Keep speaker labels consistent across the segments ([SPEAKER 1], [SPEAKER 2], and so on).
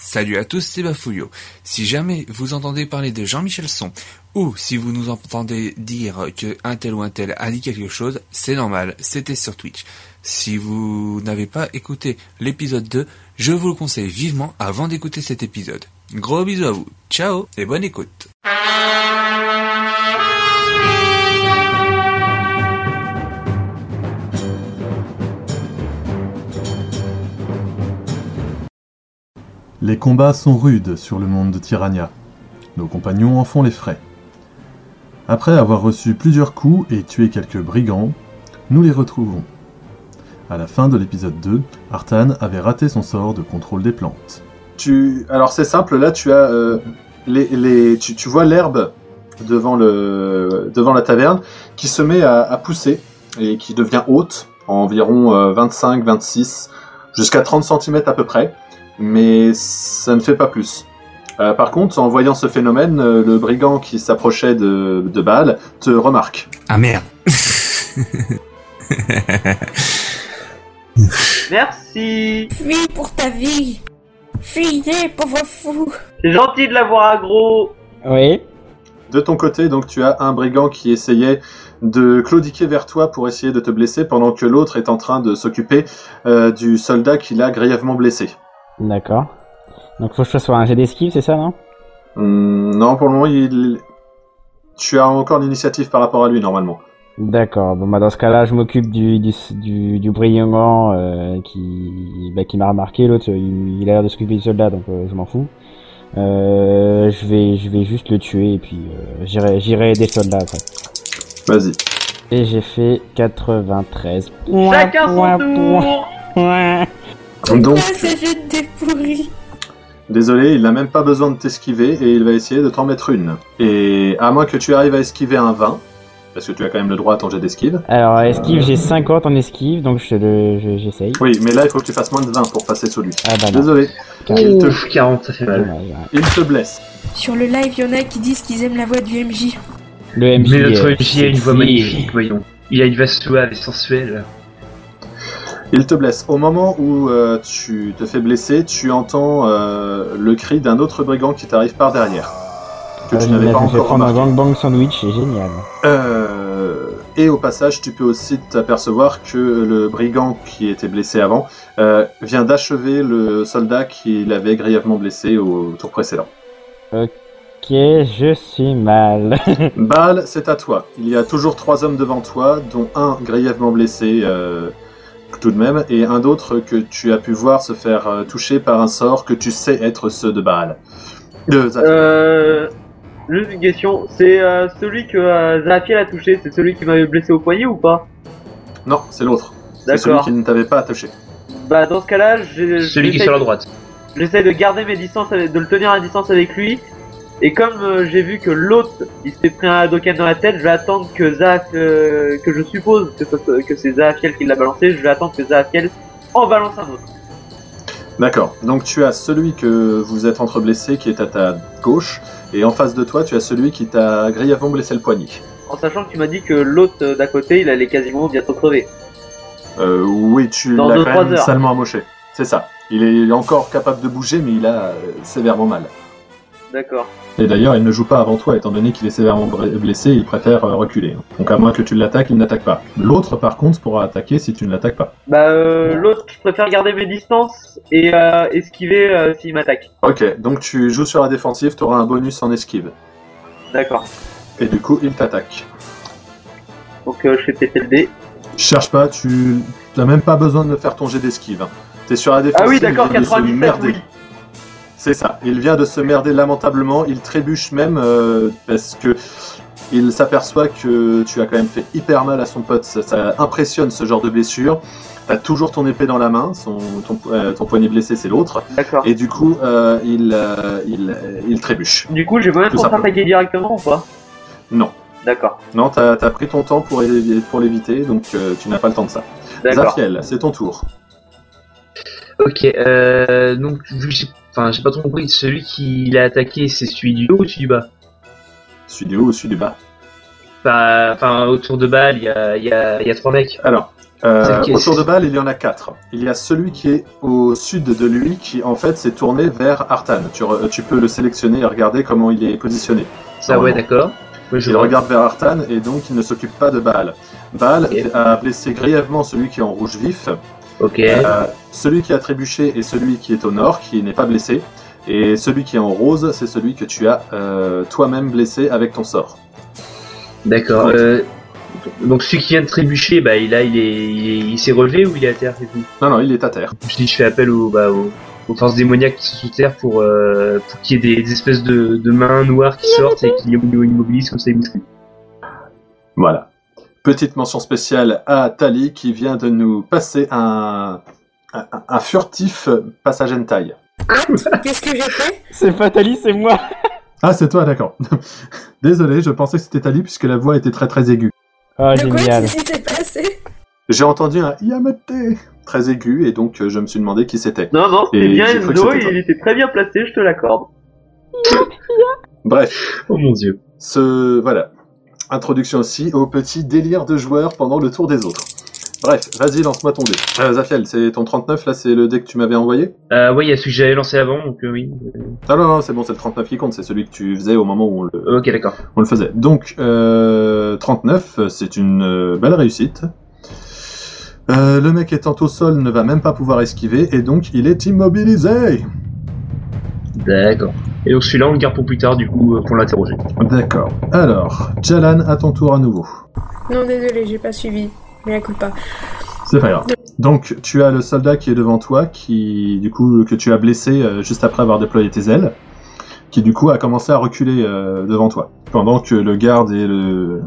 [SPEAKER 1] Salut à tous, c'est Bafouillot. Si jamais vous entendez parler de Jean-Michel Son, ou si vous nous entendez dire que un tel ou un tel a dit quelque chose, c'est normal, c'était sur Twitch. Si vous n'avez pas écouté l'épisode 2, je vous le conseille vivement avant d'écouter cet épisode. Gros bisous à vous, ciao et bonne écoute.
[SPEAKER 2] Les combats sont rudes sur le monde de Tyrannia. Nos compagnons en font les frais. Après avoir reçu plusieurs coups et tué quelques brigands, nous les retrouvons. À la fin de l'épisode 2, Artan avait raté son sort de contrôle des plantes.
[SPEAKER 3] Tu... Alors c'est simple, là tu as euh, les, les- tu, tu vois l'herbe devant, le... devant la taverne qui se met à, à pousser et qui devient haute, environ 25-26, jusqu'à 30 cm à peu près, mais ça ne fait pas plus. Euh, par contre, en voyant ce phénomène, euh, le brigand qui s'approchait de, de Bâle te remarque.
[SPEAKER 1] Ah merde.
[SPEAKER 4] Merci
[SPEAKER 5] Fuis pour ta vie Fuyez, pauvre fou
[SPEAKER 4] C'est gentil de l'avoir aggro
[SPEAKER 6] Oui.
[SPEAKER 3] De ton côté, donc tu as un brigand qui essayait de claudiquer vers toi pour essayer de te blesser, pendant que l'autre est en train de s'occuper euh, du soldat qui l'a grièvement blessé.
[SPEAKER 6] D'accord. Donc faut que je fasse un jet d'esquive, c'est ça, non
[SPEAKER 3] Hum, non, pour le moment, il... tu as encore l'initiative par rapport à lui, normalement.
[SPEAKER 6] D'accord. Bon bah dans ce cas-là, je m'occupe du du du, du brillant euh, qui bah, qui m'a remarqué. L'autre, euh, il, il a l'air de s'occuper du soldat, donc euh, je m'en fous. Euh, je vais je vais juste le tuer et puis euh, j'irai j'irai aider le soldat après.
[SPEAKER 3] Vas-y.
[SPEAKER 6] Et j'ai fait 93.
[SPEAKER 4] Chacun
[SPEAKER 6] Ouin,
[SPEAKER 4] son
[SPEAKER 6] ouin,
[SPEAKER 4] tour
[SPEAKER 6] ouin.
[SPEAKER 3] Donc,
[SPEAKER 5] Ah, ce jeu de pourri
[SPEAKER 3] désolé, il n'a même pas besoin de t'esquiver et il va essayer de t'en mettre une. Et à moins que tu arrives à esquiver un 20, parce que tu as quand même le droit à ton jet d'esquive.
[SPEAKER 6] Alors esquive, j'ai 50 en esquive, donc je le je- j'essaye.
[SPEAKER 3] Oui, mais là, il faut que tu fasses moins de 20 pour passer sous lui.
[SPEAKER 6] Ah bah non.
[SPEAKER 3] Désolé, il te,
[SPEAKER 4] 40, ça fait
[SPEAKER 6] Dommage, ouais.
[SPEAKER 3] il te blesse.
[SPEAKER 5] Sur le live, il y en a qui disent qu'ils aiment la voix du MJ.
[SPEAKER 6] Le MJ.
[SPEAKER 7] Mais notre
[SPEAKER 6] euh,
[SPEAKER 7] MJ a une voix
[SPEAKER 6] sexy.
[SPEAKER 7] magnifique, voyons. Il a une voix suave et sensuelle.
[SPEAKER 3] Il te blesse. Au moment où euh, tu te fais blesser, tu entends euh, le cri d'un autre brigand qui t'arrive par derrière. Que
[SPEAKER 6] Ah,
[SPEAKER 3] tu
[SPEAKER 6] je
[SPEAKER 3] n'avais
[SPEAKER 6] me
[SPEAKER 3] pas
[SPEAKER 6] suis fait
[SPEAKER 3] encore
[SPEAKER 6] prendre un
[SPEAKER 3] remarqué.
[SPEAKER 6] gangbang sandwich, c'est génial.
[SPEAKER 3] Euh, et au passage, tu peux aussi t'apercevoir que le brigand qui était blessé avant euh, vient d'achever le soldat qui l'avait grièvement blessé au tour précédent.
[SPEAKER 6] Ok, je suis mal.
[SPEAKER 3] Bâle, c'est à toi. Il y a toujours trois hommes devant toi, dont un grièvement blessé euh, tout de même, et un d'autre que tu as pu voir se faire euh, toucher par un sort que tu sais être ceux de Bâle. De Zafir.
[SPEAKER 4] Euh... Juste une question, c'est euh, celui que euh, Zafiel a touché, c'est celui qui m'avait blessé au poignet ou pas
[SPEAKER 3] Non, c'est l'autre. C'est celui
[SPEAKER 4] D'accord.
[SPEAKER 3] qui ne t'avait pas touché.
[SPEAKER 4] Bah dans ce cas-là, j'ai-
[SPEAKER 7] Celui qui est
[SPEAKER 4] j'essaie
[SPEAKER 7] sur la droite.
[SPEAKER 4] j'essaie de garder mes distances, avec- de le tenir à distance avec lui. Et comme euh, j'ai vu que l'autre, il s'est pris un Hadoken dans la tête, je vais attendre que Zaf, euh, que je suppose que, ça- que c'est Zafiel qui l'a balancé, je vais attendre que Zafiel en balance un autre.
[SPEAKER 3] D'accord. Donc tu as celui que vous êtes entre blessés qui est à ta gauche, et en face de toi, tu as celui qui t'a grièvement blessé le poignet.
[SPEAKER 4] En sachant que tu m'as dit que l'autre euh, d'à côté, il allait quasiment bientôt crever.
[SPEAKER 3] Euh, oui, tu
[SPEAKER 4] Dans
[SPEAKER 3] l'as
[SPEAKER 4] deux,
[SPEAKER 3] quand même
[SPEAKER 4] trois heures.
[SPEAKER 3] salement amoché. C'est ça. Il est encore capable de bouger, mais il a euh, sévèrement mal.
[SPEAKER 4] D'accord.
[SPEAKER 3] Et d'ailleurs, il ne joue pas avant toi, étant donné qu'il est sévèrement bre- blessé, il préfère euh, reculer. Donc à moins que tu l'attaques, il n'attaque pas. L'autre, par contre, pourra attaquer si tu ne l'attaques pas.
[SPEAKER 4] Bah euh, l'autre, je préfère garder mes distances et euh, esquiver euh, s'il m'attaque.
[SPEAKER 3] Ok, donc tu joues sur la défensive, tu auras un bonus en esquive.
[SPEAKER 4] D'accord.
[SPEAKER 3] Et du coup, il t'attaque.
[SPEAKER 4] Donc euh, je fais péter le dé.
[SPEAKER 3] Cherche pas, tu n'as même pas besoin de faire ton jet d'esquive. hein. T'es sur la défensive.
[SPEAKER 4] Ah oui, d'accord,
[SPEAKER 3] il vient de se
[SPEAKER 4] 97,
[SPEAKER 3] merder.
[SPEAKER 4] oui.
[SPEAKER 3] C'est ça. Il vient de se merder lamentablement. Il trébuche même euh, parce que il s'aperçoit que tu as quand même fait hyper mal à son pote. Ça, ça impressionne ce genre de blessure. T'as toujours ton épée dans la main. Son, ton, euh, ton poignet blessé, c'est l'autre.
[SPEAKER 4] D'accord.
[SPEAKER 3] Et du coup, euh, il, euh, il, euh, il trébuche.
[SPEAKER 4] Du coup, j'ai moyen de
[SPEAKER 3] Tout
[SPEAKER 4] contre-attaquer directement ou pas
[SPEAKER 3] Non.
[SPEAKER 4] D'accord.
[SPEAKER 3] Non, t'as as pris ton temps pour, é- pour l'éviter, donc euh, tu n'as pas le temps de ça.
[SPEAKER 4] D'accord.
[SPEAKER 3] Zafiel, c'est ton tour.
[SPEAKER 7] Ok, euh, donc vu que j'ai enfin, j'ai pas trop compris, celui qui l'a attaqué, c'est celui du haut ou celui du bas
[SPEAKER 3] Suis du haut ou suis du bas
[SPEAKER 7] Enfin, enfin, autour de Bâle, il y a, il y, a, il y a trois mecs.
[SPEAKER 3] Alors, Euh,
[SPEAKER 7] Ok.
[SPEAKER 3] autour de Bâle, il y en a quatre. Il y a celui qui est au sud de lui, qui en fait s'est tourné vers Artan. Tu, re- tu peux le sélectionner et regarder comment il est positionné.
[SPEAKER 7] Ça, ouais, d'accord. Oui, je
[SPEAKER 3] Il
[SPEAKER 7] vois.
[SPEAKER 3] regarde vers Artan et donc il ne s'occupe pas de Baal. Baal
[SPEAKER 7] Ok.
[SPEAKER 3] a blessé grièvement celui qui est en rouge vif,
[SPEAKER 7] Ok.
[SPEAKER 3] euh, celui qui a trébuché et celui qui est au nord, qui n'est pas blessé. Et celui qui est en rose, c'est celui que tu as euh, toi-même blessé avec ton sort.
[SPEAKER 7] D'accord. euh, donc celui qui vient de trébucher, bah il a, il est, il est- il s'est relevé ou il est à terre c'est tout
[SPEAKER 3] Non, non, il est à terre.
[SPEAKER 7] Si je fais appel au, bah, au- aux forces démoniaques qui sont sous terre pour, euh, pour qu'il y ait des, des espèces de, de mains noires qui sortent et qui immobilisent comme ça les muscles.
[SPEAKER 3] Voilà. Petite mention spéciale à Tali qui vient de nous passer un, un, un furtif passage hentai.
[SPEAKER 5] Qu'est-ce que j'ai fait
[SPEAKER 6] C'est Fatali, c'est moi
[SPEAKER 2] Ah, c'est toi, d'accord. Désolé, je pensais que c'était Tali puisque la voix était très très aiguë.
[SPEAKER 6] Oh,
[SPEAKER 5] De quoi
[SPEAKER 6] génial.
[SPEAKER 5] Qu'est-ce qui s'est passé
[SPEAKER 3] J'ai entendu un Yamate très aigu et donc euh, je me suis demandé qui c'était.
[SPEAKER 4] Non, non,
[SPEAKER 3] Et
[SPEAKER 4] c'était bien
[SPEAKER 3] j'ai cru que
[SPEAKER 4] Enzo,
[SPEAKER 3] c'était toi.
[SPEAKER 4] il était très bien placé, je te l'accorde.
[SPEAKER 3] Bref.
[SPEAKER 7] Oh mon dieu.
[SPEAKER 3] Ce voilà. Introduction aussi au petit délire de joueurs pendant le tour des autres. Bref, vas-y, lance-moi ton dé. Euh, Zafiel, c'est ton 39, là, c'est le dé que tu m'avais envoyé
[SPEAKER 7] Euh, ouais, il y a celui que j'avais lancé avant, donc euh, oui.
[SPEAKER 3] Ah non, non, c'est bon, c'est le 39 qui compte, c'est celui que tu faisais au moment où on le,
[SPEAKER 7] Euh, Ok, d'accord.
[SPEAKER 3] on le faisait. Donc, euh, 39, c'est une euh, belle réussite. Euh, le mec étant au sol ne va même pas pouvoir esquiver, et donc il est immobilisé
[SPEAKER 7] D'accord. Et donc celui-là, on le garde pour plus tard, du coup, euh, pour l'interroger.
[SPEAKER 3] D'accord. Alors, Jalan, à ton tour à nouveau.
[SPEAKER 5] Non, désolé, j'ai pas suivi. Mais la coupe pas.
[SPEAKER 2] C'est pas grave.
[SPEAKER 3] Donc tu as le soldat qui est devant toi, qui du coup que tu as blessé euh, juste après avoir déployé tes ailes, qui du coup a commencé à reculer euh, devant toi, pendant que le garde et le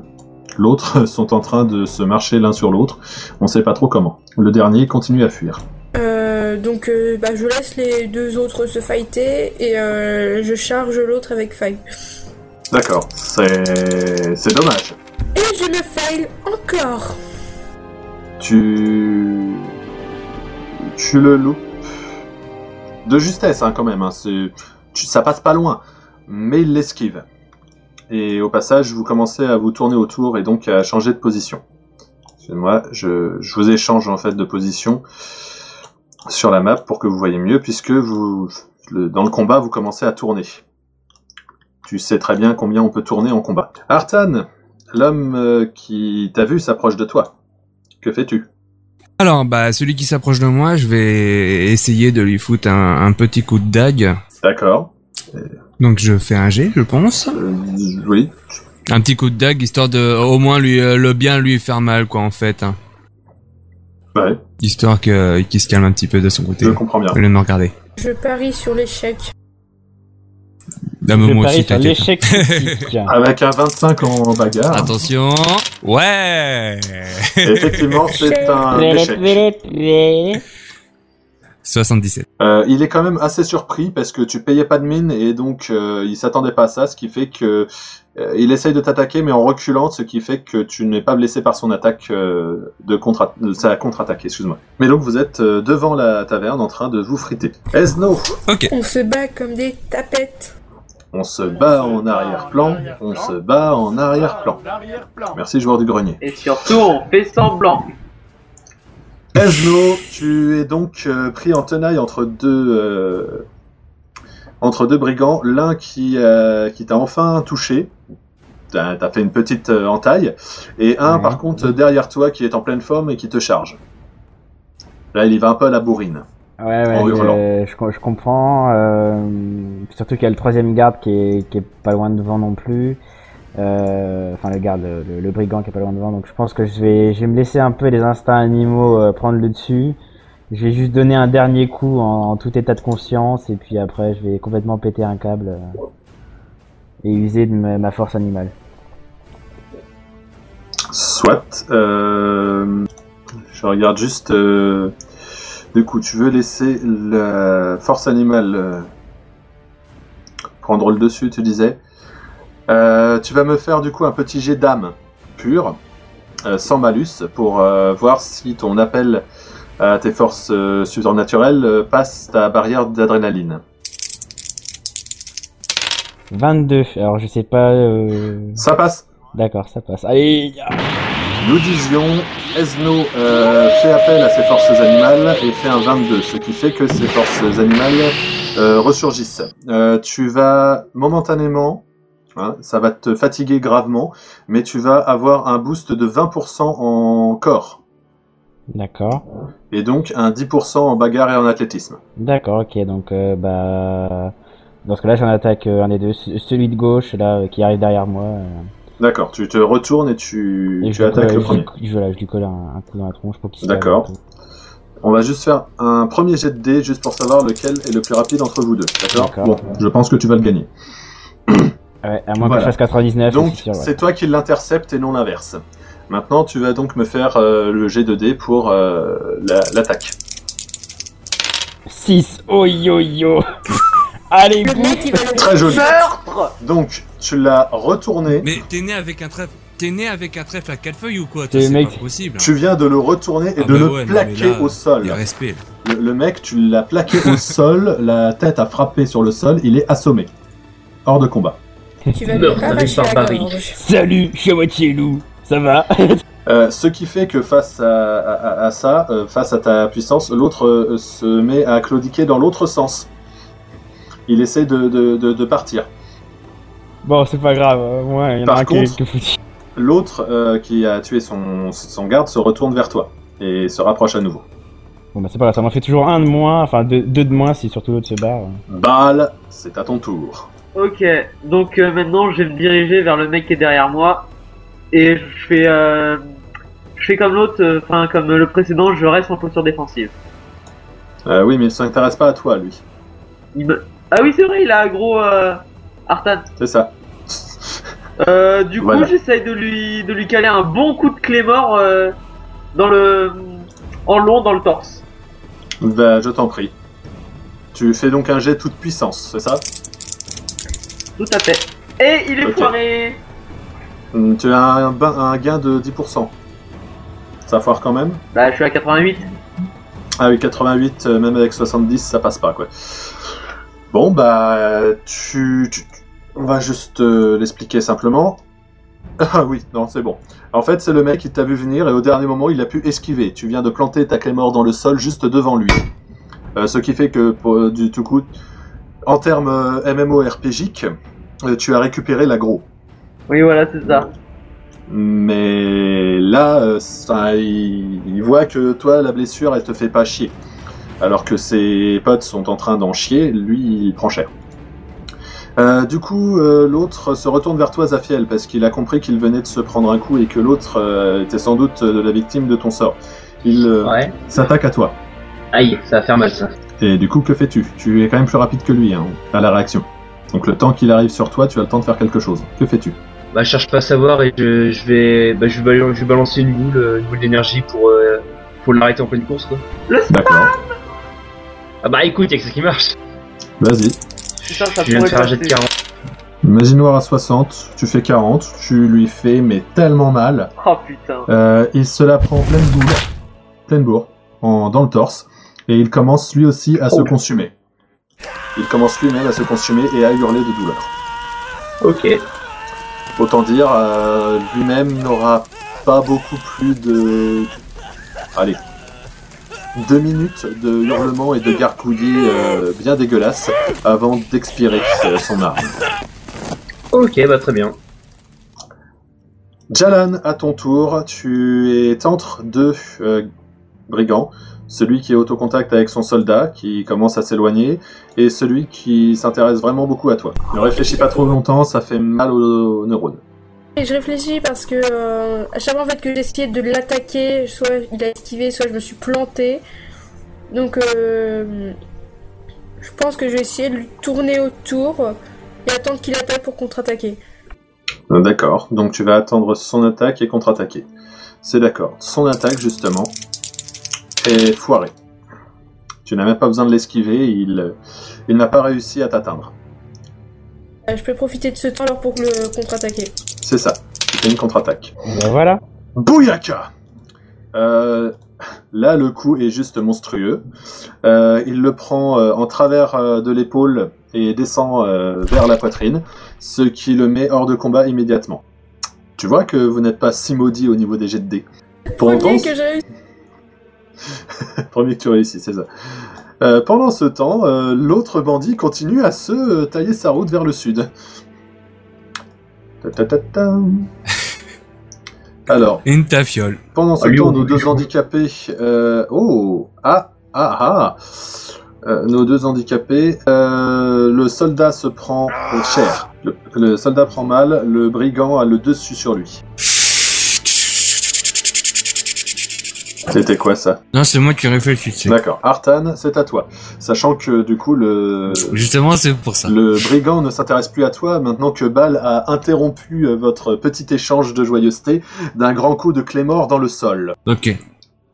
[SPEAKER 3] l'autre sont en train de se marcher l'un sur l'autre. On sait pas trop comment. Le dernier continue à fuir.
[SPEAKER 5] Euh, donc, euh, bah, je laisse les deux autres se fighter et euh, je charge l'autre avec faille.
[SPEAKER 3] D'accord, c'est c'est dommage.
[SPEAKER 5] Et je le fail encore.
[SPEAKER 3] Tu tu le loupes de justesse hein, quand même. hein, c'est- tu- ça passe pas loin, mais il l'esquive. Et au passage, vous commencez à vous tourner autour et donc à changer de position. Excusez-moi, je, je vous échange en fait de position sur la map pour que vous voyez mieux, puisque vous le- dans le combat vous commencez à tourner. Tu sais très bien combien on peut tourner en combat. Artan, l'homme euh, qui t'a vu s'approche de toi. Que fais-tu
[SPEAKER 1] Alors, bah, celui qui s'approche de moi, je vais essayer de lui foutre un, un petit coup de dague.
[SPEAKER 3] D'accord.
[SPEAKER 1] Donc, je fais un G, je pense.
[SPEAKER 3] Euh, oui.
[SPEAKER 1] Un petit coup de dague, histoire de, au moins, lui, euh, le bien lui faire mal, quoi, en fait. hein.
[SPEAKER 3] Ouais,
[SPEAKER 1] Histoire que, euh, qu'il se calme un petit peu de son côté.
[SPEAKER 3] je comprends bien.
[SPEAKER 1] Au lieu de me regarder.
[SPEAKER 5] Je parie sur l'échec.
[SPEAKER 1] D'un
[SPEAKER 6] Je
[SPEAKER 1] moment
[SPEAKER 6] parie
[SPEAKER 1] aussi,
[SPEAKER 6] sur
[SPEAKER 1] t'inquiète.
[SPEAKER 6] l'échec critique.
[SPEAKER 3] Avec un 25 en bagarre,
[SPEAKER 6] hein.
[SPEAKER 1] Attention. Ouais.
[SPEAKER 3] effectivement, c'est Ah, un échec.
[SPEAKER 1] 77.
[SPEAKER 3] Euh, il est quand même assez surpris parce que tu payais pas de mine et donc euh, il s'attendait pas à ça, ce qui fait que euh, il essaye de t'attaquer mais en reculant, ce qui fait que tu n'es pas blessé par son attaque euh, de, contre de sa contre-attaque, excuse-moi. Mais donc vous êtes euh, devant la taverne en train de vous friter. Esno,
[SPEAKER 5] On se bat comme des tapettes.
[SPEAKER 3] on se bat en arrière-plan, on se bat en arrière-plan. Merci joueur du grenier.
[SPEAKER 4] Et surtout, on fait semblant.
[SPEAKER 3] Esno, tu es donc euh, pris en tenaille entre deux euh, entre deux brigands, l'un qui euh, qui t'a enfin touché, t'as t'as fait une petite euh, entaille, et un par contre derrière toi qui est en pleine forme et qui te charge. Là, il y va un peu à la bourrine.
[SPEAKER 6] Ouais, ouais,
[SPEAKER 3] En hurlant.
[SPEAKER 6] je, je com- je comprends. euh, surtout qu'il y a le troisième garde qui est, qui est pas loin devant non plus. Euh, Enfin, le garde, le, le- le brigand qui est pas loin devant. Donc, je pense que je vais, je vais me laisser un peu les instincts animaux euh, prendre le dessus. Je vais juste donner un dernier coup en, en tout état de conscience. Et puis après, je vais complètement péter un câble. euh, et user de ma, ma force animale.
[SPEAKER 3] Soit. euh, je regarde juste. euh, du coup, tu veux laisser la force animale euh, prendre le dessus, tu disais. Euh, tu vas me faire du coup un petit jet d'âme pure, euh, sans malus, pour euh, voir si ton appel à tes forces euh, surnaturelles euh, passe ta barrière d'adrénaline.
[SPEAKER 6] 22. Alors, je sais pas. euh,
[SPEAKER 3] Ça passe
[SPEAKER 6] D'accord, ça passe. Allez,
[SPEAKER 3] Nous disions Esno euh, fait appel à ses forces animales et fait un 22, ce qui fait que ses forces animales euh, ressurgissent. Euh, tu vas momentanément, hein, ça va te fatiguer gravement, mais tu vas avoir un boost de 20% en corps
[SPEAKER 6] D'accord.
[SPEAKER 3] et donc un 10% en bagarre et en athlétisme.
[SPEAKER 6] D'accord, ok, donc euh, bah. Dans ce cas-là, j'en attaque euh, un des deux, ce- celui de gauche là euh, qui arrive derrière moi. euh,
[SPEAKER 3] D'accord, tu te retournes et tu,
[SPEAKER 6] et
[SPEAKER 3] tu
[SPEAKER 6] je lui
[SPEAKER 3] attaques
[SPEAKER 6] colle-
[SPEAKER 3] le
[SPEAKER 6] je
[SPEAKER 3] premier.
[SPEAKER 6] lui- Je, voilà, je lui colle un, un coup dans la tronche pour qu'il se
[SPEAKER 3] D'accord.
[SPEAKER 6] calme.
[SPEAKER 3] On va juste faire un premier jet de dés juste pour savoir lequel est le plus rapide entre vous deux. D'accord
[SPEAKER 6] D'accord.
[SPEAKER 3] Bon, je pense que tu vas le gagner.
[SPEAKER 6] Ouais, à moins
[SPEAKER 3] Voilà.
[SPEAKER 6] que je fasse 99,
[SPEAKER 3] Donc,
[SPEAKER 6] c'est sûr, ouais.
[SPEAKER 3] c'est toi qui l'interceptes et non l'inverse. Maintenant, tu vas donc me faire euh, le jet de dés pour euh, la- l'attaque.
[SPEAKER 6] 6 Oh yo yo Allez,
[SPEAKER 5] Le
[SPEAKER 6] boum
[SPEAKER 5] mec, il va le
[SPEAKER 3] Très joli.
[SPEAKER 4] Meurtre
[SPEAKER 3] Donc, tu l'as retourné.
[SPEAKER 1] Mais t'es né avec un trèfle. T'es né avec un trèfle à quatre feuilles ou quoi Toi,
[SPEAKER 6] T'es
[SPEAKER 1] C'est
[SPEAKER 6] mec-
[SPEAKER 1] pas possible.
[SPEAKER 3] Tu viens de le retourner et
[SPEAKER 1] Ah
[SPEAKER 3] de
[SPEAKER 1] bah
[SPEAKER 3] le
[SPEAKER 1] ouais, non, mais
[SPEAKER 3] plaquer
[SPEAKER 1] là,
[SPEAKER 3] au sol.
[SPEAKER 1] Il y a respect.
[SPEAKER 3] Le, le mec, tu l'as plaqué au sol, la tête a frappé sur le sol, il est assommé. Hors de combat.
[SPEAKER 5] Tu vas
[SPEAKER 7] Meurtre
[SPEAKER 5] lui
[SPEAKER 7] avec
[SPEAKER 5] arracher la
[SPEAKER 7] barbarie.
[SPEAKER 5] gorge.
[SPEAKER 6] Salut, je suis à moitié loup Ça va
[SPEAKER 3] Euh, ce qui fait que face à, à- à- à ça, euh, face à ta puissance, l'autre euh, se met à claudiquer dans l'autre sens. Il essaie de, de- de- de partir.
[SPEAKER 6] Bon, c'est pas grave, hein, au moins, il y en
[SPEAKER 3] Par
[SPEAKER 6] a un qui
[SPEAKER 3] contre-
[SPEAKER 6] est tout foutu.
[SPEAKER 3] L'autre euh, qui a tué son, son garde se retourne vers toi et se rapproche à nouveau.
[SPEAKER 6] Bon, bah c'est pas grave, ça m'en fait toujours un de moins, enfin deux, deux de moins si surtout l'autre se barre.
[SPEAKER 3] Bâle, c'est à ton tour.
[SPEAKER 4] Ok, donc euh, maintenant je vais me diriger vers le mec qui est derrière moi et je fais, euh, je fais comme l'autre, euh, enfin comme le précédent, je reste en posture défensive.
[SPEAKER 3] Euh, oui, mais ça s'intéresse pas à toi, lui.
[SPEAKER 4] Il me- Ah oui c'est vrai, il a un gros euh, Artan.
[SPEAKER 3] C'est ça.
[SPEAKER 4] Euh, du coup
[SPEAKER 3] Voilà.
[SPEAKER 4] j'essaye de lui, de lui caler un bon coup de clé mort euh, dans le, en long dans le torse.
[SPEAKER 3] Bah, je t'en prie. Tu fais donc un jet toute puissance, c'est ça
[SPEAKER 4] Tout à fait. Et il est
[SPEAKER 3] Ok.
[SPEAKER 4] foiré.
[SPEAKER 3] Hum, Tu as un, bain- un gain de 10%. Ça foire quand même
[SPEAKER 4] Bah je suis à 88.
[SPEAKER 3] Ah oui, 88, euh, même avec 70, ça passe pas, quoi. Bon, bah, tu... tu- on va juste euh, l'expliquer simplement. Ah oui, non, c'est bon. En fait, c'est le mec qui t'a vu venir et au dernier moment, il a pu esquiver. Tu viens de planter ta clé mort dans le sol juste devant lui. Euh, ce qui fait que, pour- euh, du tout coup, en termes euh, MMORPGiques, euh, tu as récupéré l'aggro.
[SPEAKER 4] Oui voilà c'est ça.
[SPEAKER 3] Mais là, euh, ça, il, il voit que toi, la blessure, elle te fait pas chier. Alors que ses potes sont en train d'en chier, lui, il prend cher. Euh, du coup, euh, l'autre se retourne vers toi, Zafiel, parce qu'il a compris qu'il venait de se prendre un coup et que l'autre euh, était sans doute euh, la victime de ton sort. Il euh,
[SPEAKER 7] Ouais.
[SPEAKER 3] s'attaque à toi.
[SPEAKER 7] Aïe, ça va faire mal ça.
[SPEAKER 3] Et du coup, que fais-tu Tu es quand même plus rapide que lui hein, à la réaction. Donc le temps qu'il arrive sur toi, tu as le temps de faire quelque chose. Que fais-tu
[SPEAKER 7] Bah, je cherche pas à savoir et je, je vais, bah, je vais, bal- je vais balancer une boule, euh, une boule d'énergie pour, euh, pour l'arrêter en pleine course quoi.
[SPEAKER 3] D'accord.
[SPEAKER 7] Ah bah écoute, y'a que ça qui marche.
[SPEAKER 3] Vas-y.
[SPEAKER 4] Putain, ça
[SPEAKER 7] je viens de
[SPEAKER 4] pourrait
[SPEAKER 7] faire un jet de
[SPEAKER 4] passer.
[SPEAKER 7] 40.
[SPEAKER 3] Magie noire à 60, tu fais 40, tu lui fais mais tellement mal.
[SPEAKER 4] Oh putain.
[SPEAKER 3] Euh, il se la prend pleine boule, pleine bourre, en, dans le torse, et il commence lui aussi à se
[SPEAKER 7] Oh.
[SPEAKER 3] consumer. Il commence lui-même à se consumer et à hurler de douleur.
[SPEAKER 7] Ok.
[SPEAKER 3] Autant dire, euh, lui-même n'aura pas beaucoup plus de... Allez. Deux minutes de hurlements et de gargouillis euh, bien dégueulasses avant d'expirer euh, son arme.
[SPEAKER 7] Ok, bah très bien.
[SPEAKER 3] Jalan, à ton tour, tu es entre deux euh, brigands. Celui qui est autocontact avec son soldat, qui commence à s'éloigner, et celui qui s'intéresse vraiment beaucoup à toi. Ne réfléchis pas trop longtemps, ça fait mal aux, aux neurones.
[SPEAKER 5] Et je réfléchis parce que euh, à chaque fois en fait que j'essayais de l'attaquer, soit il a esquivé, soit je me suis planté. Donc euh, je pense que je vais essayer de lui tourner autour et attendre qu'il attaque pour contre-attaquer.
[SPEAKER 3] Euh, D'accord, donc tu vas attendre son attaque et contre-attaquer. C'est d'accord. Son attaque, justement, est foirée. Tu n'as même pas besoin de l'esquiver, il, euh, il n'a pas réussi à t'atteindre.
[SPEAKER 5] Euh, je peux profiter de ce temps alors pour le contre-attaquer.
[SPEAKER 3] C'est ça, c'était une contre-attaque.
[SPEAKER 6] Bah voilà
[SPEAKER 3] Bouyaka Euh, Là, le coup est juste monstrueux. Euh, il le prend euh, en travers euh, de l'épaule et descend euh, vers la poitrine, ce qui le met hors de combat immédiatement. Tu vois que vous n'êtes pas si maudit au niveau des jets de dés. Pour autant,
[SPEAKER 5] Premier que j'ai réussi.
[SPEAKER 3] Premier que tu réussis, c'est ça. Euh, pendant ce temps, euh, l'autre bandit continue à se euh, tailler sa route vers le sud. Ta ta ta ta. Alors,
[SPEAKER 1] Une tafiole.
[SPEAKER 3] pendant ce
[SPEAKER 7] Ah, lui,
[SPEAKER 3] temps,
[SPEAKER 7] on-
[SPEAKER 3] nos deux
[SPEAKER 7] lui, on-
[SPEAKER 3] handicapés. euh, oh Ah Ah Ah Euh, Nos deux handicapés. euh, le soldat se prend euh, cher. Le, le soldat prend mal, le brigand a le dessus sur lui. C'était quoi ça
[SPEAKER 1] Non, c'est moi qui réfléchis.
[SPEAKER 3] D'accord. Artan, c'est à toi. Sachant que du coup, le.
[SPEAKER 1] Justement, c'est pour ça.
[SPEAKER 3] Le brigand ne s'intéresse plus à toi maintenant que Bal a interrompu euh, votre petit échange de joyeuseté d'un grand coup de clé mort dans le sol.
[SPEAKER 1] Ok.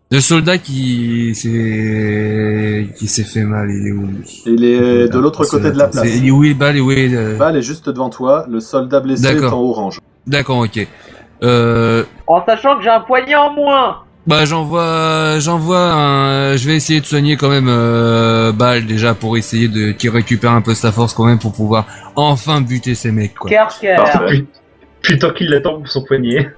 [SPEAKER 1] Le soldat qui s'est qui s'est fait mal, il est où lui
[SPEAKER 3] Il est de l'autre
[SPEAKER 1] C'est-
[SPEAKER 3] côté de la place.
[SPEAKER 1] c'est- Où est Bal et où est euh,
[SPEAKER 3] Bal est juste devant toi, le soldat blessé est
[SPEAKER 1] D'accord.
[SPEAKER 3] en orange.
[SPEAKER 1] D'accord, ok. Euh,
[SPEAKER 4] En sachant que j'ai un poignet en moins.
[SPEAKER 1] bah j'envoie j'envoie un. euh, Je vais essayer de soigner quand même euh, Bal déjà pour essayer de qu'il récupère un peu sa force quand même pour pouvoir enfin buter ces mecs quoi.
[SPEAKER 4] Car
[SPEAKER 3] Parfait.
[SPEAKER 4] car.
[SPEAKER 7] Plus- Plus tant qu'il l'attend pour son poignet.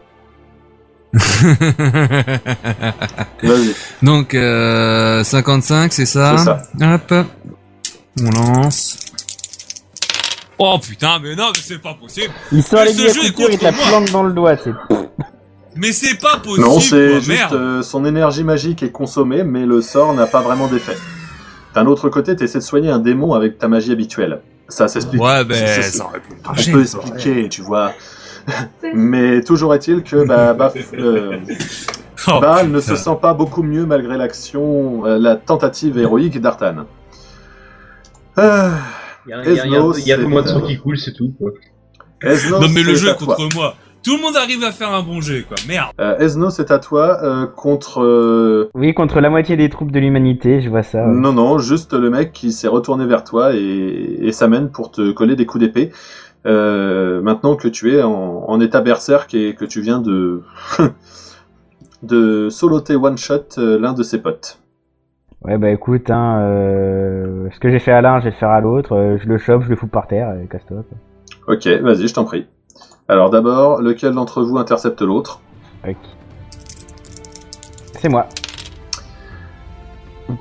[SPEAKER 3] Vas-y,
[SPEAKER 1] Donc euh, 55, c'est ça
[SPEAKER 3] c'est ça.
[SPEAKER 1] Hop. On lance. Oh putain, mais non, mais c'est pas possible.
[SPEAKER 6] Il sort
[SPEAKER 1] Mais
[SPEAKER 6] les
[SPEAKER 1] ce
[SPEAKER 6] billes à
[SPEAKER 1] jeu est
[SPEAKER 6] couture, il te la
[SPEAKER 1] contre moi.
[SPEAKER 6] plante dans le doigt, c'est
[SPEAKER 1] Mais c'est pas possible.
[SPEAKER 3] Non, c'est
[SPEAKER 1] quoi,
[SPEAKER 3] juste
[SPEAKER 1] merde.
[SPEAKER 3] euh, son énergie magique est consommée, mais le sort n'a pas vraiment d'effet. D'un autre côté, t'essaies de soigner un démon avec ta magie habituelle. Ça s'explique.
[SPEAKER 1] Ouais,
[SPEAKER 3] c'est-
[SPEAKER 1] ben
[SPEAKER 3] c'est-
[SPEAKER 1] ça aurait pu me
[SPEAKER 3] On
[SPEAKER 1] marcher,
[SPEAKER 3] peut
[SPEAKER 1] quoi.
[SPEAKER 3] expliquer, tu vois. Mais toujours est-il que bah, bah, euh,
[SPEAKER 1] Oh,
[SPEAKER 3] Baal ne
[SPEAKER 1] putain.
[SPEAKER 3] se sent pas beaucoup mieux malgré l'action, euh, la tentative héroïque d'Artan. Euh,
[SPEAKER 7] Il y a, il y a- il y a un peu- il y a un peu
[SPEAKER 3] Esnos,
[SPEAKER 7] moins de sang
[SPEAKER 3] c'est-
[SPEAKER 7] qui coule, c'est tout. quoi.
[SPEAKER 3] Esnos,
[SPEAKER 1] Non mais le
[SPEAKER 3] c'est
[SPEAKER 1] jeu
[SPEAKER 3] à
[SPEAKER 1] est
[SPEAKER 3] toi.
[SPEAKER 1] contre moi. Tout le monde arrive à faire un bon jeu quoi. Merde.
[SPEAKER 3] Euh, Esnos, c'est à toi euh, contre. euh,
[SPEAKER 6] Oui, contre la moitié des troupes de l'humanité, je vois ça. ouais.
[SPEAKER 3] Non, non, juste le mec qui s'est retourné vers toi et, et s'amène pour te coller des coups d'épée. Euh, maintenant que tu es en, en état berserk et que tu viens de. de soloter one-shot euh, l'un de ses potes.
[SPEAKER 6] Ouais, bah écoute, hein, euh, ce que j'ai fait à l'un, je vais le faire à l'autre. euh, je le chope, je le fous par terre, et casse-toi. quoi.
[SPEAKER 3] Ok, vas-y, je t'en prie. Alors d'abord, lequel d'entre vous intercepte l'autre
[SPEAKER 6] Ok. C'est moi.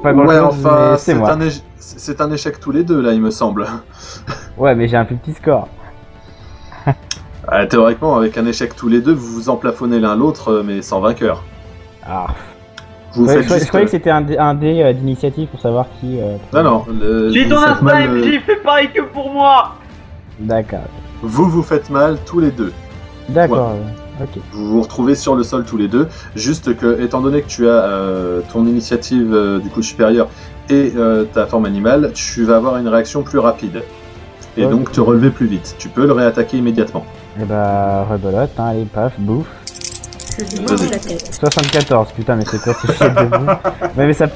[SPEAKER 6] Pas grand
[SPEAKER 3] ouais,
[SPEAKER 6] chose,
[SPEAKER 3] enfin,
[SPEAKER 6] mais c'est
[SPEAKER 3] c'est
[SPEAKER 6] moi.
[SPEAKER 3] un, éche- c'est un échec tous les deux, là, il me semble.
[SPEAKER 6] Ouais, mais j'ai un plus petit score.
[SPEAKER 3] Ah, théoriquement, avec un échec tous les deux, vous vous emplafonnez l'un l'autre, euh, mais sans vainqueur.
[SPEAKER 6] Ah.
[SPEAKER 3] Vous
[SPEAKER 6] Ouais, je,
[SPEAKER 3] faites
[SPEAKER 6] croyais- je
[SPEAKER 3] juste...
[SPEAKER 6] croyais que c'était un, dé- un dé euh, d'initiative pour savoir qui. euh,
[SPEAKER 3] Non, Ah non, le-
[SPEAKER 4] Suis
[SPEAKER 3] vous
[SPEAKER 4] ton
[SPEAKER 3] faites
[SPEAKER 4] instinct,
[SPEAKER 3] mal, euh,
[SPEAKER 4] MJ, fais pareil que pour moi.
[SPEAKER 6] D'accord.
[SPEAKER 3] Vous vous faites mal tous les deux.
[SPEAKER 6] D'accord. euh, Ok.
[SPEAKER 3] Vous vous retrouvez sur le sol tous les deux. Juste que, étant donné que tu as euh, ton initiative euh, du coup supérieur et euh, ta forme animale, tu vas avoir une réaction plus rapide. Et
[SPEAKER 6] Ok.
[SPEAKER 3] donc te relever plus vite. Tu peux le réattaquer immédiatement.
[SPEAKER 6] Et bah, rebelote, hein, allez, paf, bouffe.
[SPEAKER 5] Je lui mange la tête.
[SPEAKER 6] 74, putain, mais c'est quoi ce chien de bouffe Ouais, mais ça.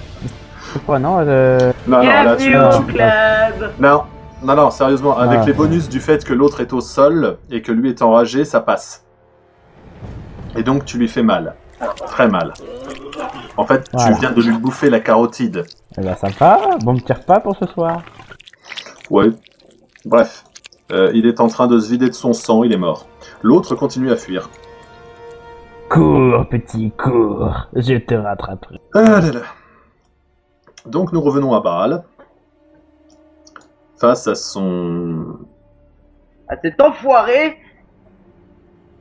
[SPEAKER 6] Pourquoi non euh,
[SPEAKER 3] Non, non, là, tu,
[SPEAKER 4] Bienvenue
[SPEAKER 6] non,
[SPEAKER 4] au
[SPEAKER 6] tu-
[SPEAKER 4] club.
[SPEAKER 3] Non, non, non, sérieusement, avec
[SPEAKER 6] Ah.
[SPEAKER 3] les bonus du fait que l'autre est au sol et que lui est enragé, ça passe. Et donc tu lui fais mal. Très mal. En fait,
[SPEAKER 6] Voilà.
[SPEAKER 3] tu viens de lui bouffer la carotide.
[SPEAKER 6] Eh bah, sympa, bon petit repas pour ce soir.
[SPEAKER 3] Ouais. Bref. Euh, il est en train de se vider de son sang, il est mort. L'autre continue à fuir.
[SPEAKER 6] Cours, petit, cours, je te rattraperai.
[SPEAKER 3] Ah là là. Donc nous revenons à Baal. Face à son...
[SPEAKER 4] Ah, cet enfoiré.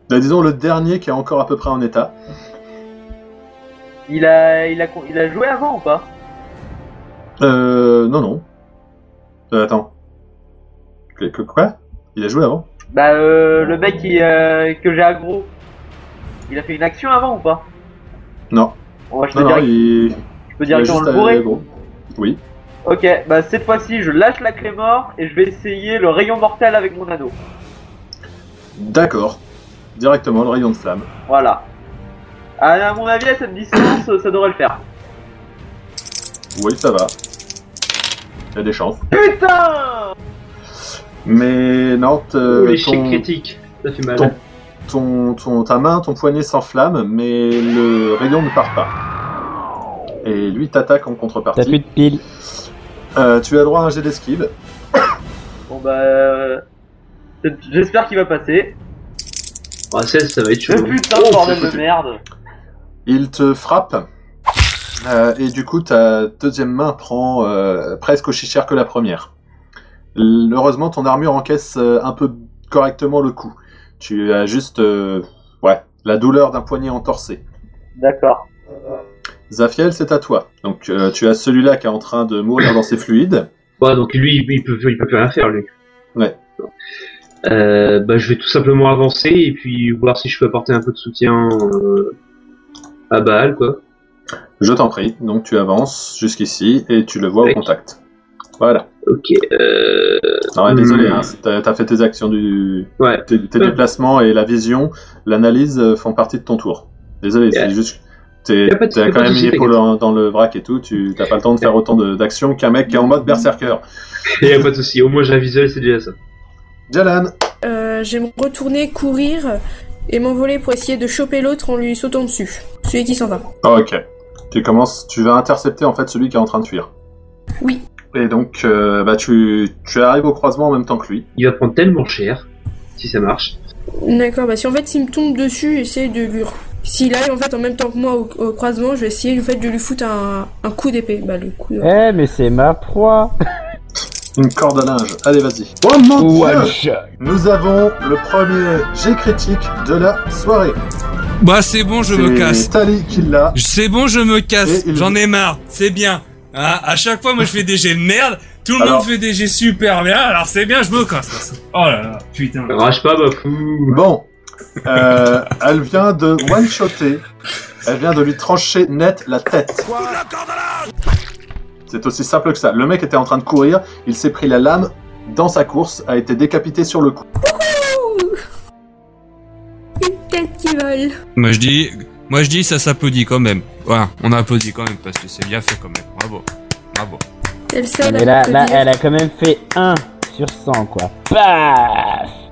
[SPEAKER 3] Bah, disons le dernier qui est encore à peu près en état.
[SPEAKER 4] Il a, il a, con- il a joué avant ou pas
[SPEAKER 3] Euh, non, non. Euh, attends. Que, que- quoi Il a joué avant
[SPEAKER 4] Bah, euh, le mec qui, euh, que j'ai aggro. Il a fait une action avant ou pas
[SPEAKER 3] Non.
[SPEAKER 4] Ouais, je peux
[SPEAKER 3] Non, non,
[SPEAKER 4] dire,
[SPEAKER 3] il,
[SPEAKER 4] je peux
[SPEAKER 3] il a
[SPEAKER 4] dire qu'on
[SPEAKER 3] juste
[SPEAKER 4] le bourré.
[SPEAKER 3] euh, gros. Oui.
[SPEAKER 4] Ok, bah cette fois-ci, je lâche la clé mort et je vais essayer le rayon mortel avec mon anneau.
[SPEAKER 3] D'accord. Directement, le rayon de flamme.
[SPEAKER 4] Voilà. À, à mon avis, à cette distance, ça devrait le faire.
[SPEAKER 3] Oui, ça va. Il y a des chances.
[SPEAKER 4] Putain
[SPEAKER 3] Mais non, t-
[SPEAKER 7] Oh, L'échec
[SPEAKER 3] Euh, ton,
[SPEAKER 7] critique, ça fait mal.
[SPEAKER 3] ton- ton- ton- ta main, ton poignet s'enflamme, mais le rayon ne part pas. Et lui t'attaque en
[SPEAKER 6] T'as plus
[SPEAKER 3] contrepartie.
[SPEAKER 6] de piles.
[SPEAKER 3] Euh, tu as droit à un jet d'esquive.
[SPEAKER 4] Bon bah... euh, J'espère qu'il va passer.
[SPEAKER 7] Ah, 16, ça va être chaud.
[SPEAKER 3] Eh
[SPEAKER 4] Euh, putain,
[SPEAKER 7] Oh,
[SPEAKER 4] bordel
[SPEAKER 7] ça
[SPEAKER 4] de
[SPEAKER 7] fait-
[SPEAKER 4] merde
[SPEAKER 3] Il te frappe. euh, et du coup, ta deuxième main prend euh, presque aussi cher que la première. L- Heureusement, ton armure encaisse euh, un peu correctement le coup. Tu as juste euh, ouais, la douleur d'un poignet entorsé.
[SPEAKER 4] D'accord.
[SPEAKER 3] Zafiel, c'est à toi. Donc, euh, tu as celui-là qui est en train de mourir dans ses fluides.
[SPEAKER 7] Ouais, Bah, donc lui, il il peut, il peut plus rien faire, lui.
[SPEAKER 3] Ouais.
[SPEAKER 7] Euh, bah, je vais tout simplement avancer et puis voir si je peux apporter un peu de soutien euh, à Baal, quoi.
[SPEAKER 3] Je t'en prie. Donc, tu avances jusqu'ici et tu le vois au
[SPEAKER 7] Oui.
[SPEAKER 3] contact. Voilà.
[SPEAKER 7] Ok. Euh...
[SPEAKER 3] Ah ouais,
[SPEAKER 7] Hmm.
[SPEAKER 3] désolé, hein, t'as t'as fait tes actions du.
[SPEAKER 7] Ouais.
[SPEAKER 3] Tes, tes déplacements et la vision, l'analyse euh, font partie de ton tour. Désolé,
[SPEAKER 7] Yeah.
[SPEAKER 3] c'est juste. T'es
[SPEAKER 7] Y a pas de-
[SPEAKER 3] t'as
[SPEAKER 7] y a
[SPEAKER 3] quand
[SPEAKER 7] pas de
[SPEAKER 3] même
[SPEAKER 7] souci,
[SPEAKER 3] une épaule
[SPEAKER 7] t'inquiète.
[SPEAKER 3] en- dans le vrac et tout, tu t'as pas le temps de faire autant de- d'actions qu'un mec qui est en mode berserker.
[SPEAKER 7] y a pas de souci. Au moins, j'ai un visuel, c'est déjà ça.
[SPEAKER 3] Jalan
[SPEAKER 5] Euh, je vais me retourner, courir et m'envoler pour essayer de choper l'autre en lui sautant dessus. Celui qui s'en va.
[SPEAKER 3] Ah, Ok. Tu commences, tu vas intercepter en fait celui qui est en train de fuir.
[SPEAKER 5] Oui.
[SPEAKER 3] Et donc, euh, bah, tu, tu arrives au croisement en même temps que lui.
[SPEAKER 7] Il va prendre tellement cher, si ça marche.
[SPEAKER 5] D'accord, bah si en fait s'il me tombe dessus, j'essaie de lui. S'il arrive en fait en même temps que moi au, au croisement, je vais essayer en fait de lui foutre un, un coup d'épée. Bah le coup.
[SPEAKER 6] Eh, mais c'est ma proie
[SPEAKER 3] Une corde à linge. Allez, vas-y. Oh mon
[SPEAKER 6] One
[SPEAKER 3] dieu
[SPEAKER 6] shot.
[SPEAKER 3] Nous avons le premier jet critique de la soirée.
[SPEAKER 1] Bah, c'est bon, je
[SPEAKER 3] C'est
[SPEAKER 1] me casse.
[SPEAKER 3] Tali qui l'a.
[SPEAKER 1] C'est bon, je me casse.
[SPEAKER 3] Et il-
[SPEAKER 1] J'en ai marre. C'est bien. Hein, à chaque fois, moi, je fais des jets de merde. Tout le
[SPEAKER 3] Alors-
[SPEAKER 1] monde fait des jets super bien. Alors, c'est bien, je me casse. Oh là là, putain.
[SPEAKER 7] Rage pas, bah fou.
[SPEAKER 3] Bon. Euh, elle vient de one-shotter. Elle vient de lui trancher net la tête. C'est aussi simple que ça. Le mec était en train de courir. Il s'est pris la lame dans sa course, a été décapité sur le coup.
[SPEAKER 6] Eh.
[SPEAKER 5] Une tête qui vole.
[SPEAKER 1] Moi, je dis, moi, je dis, ça s'applaudit quand même. Voilà, on applaudit quand même parce que c'est bien fait quand même. Bravo. Bravo.
[SPEAKER 5] Elle sait, elle
[SPEAKER 6] Mais
[SPEAKER 5] a
[SPEAKER 6] là,
[SPEAKER 5] pas de
[SPEAKER 6] là,
[SPEAKER 5] dire.
[SPEAKER 6] elle a quand même fait 1 sur 100, quoi. Paf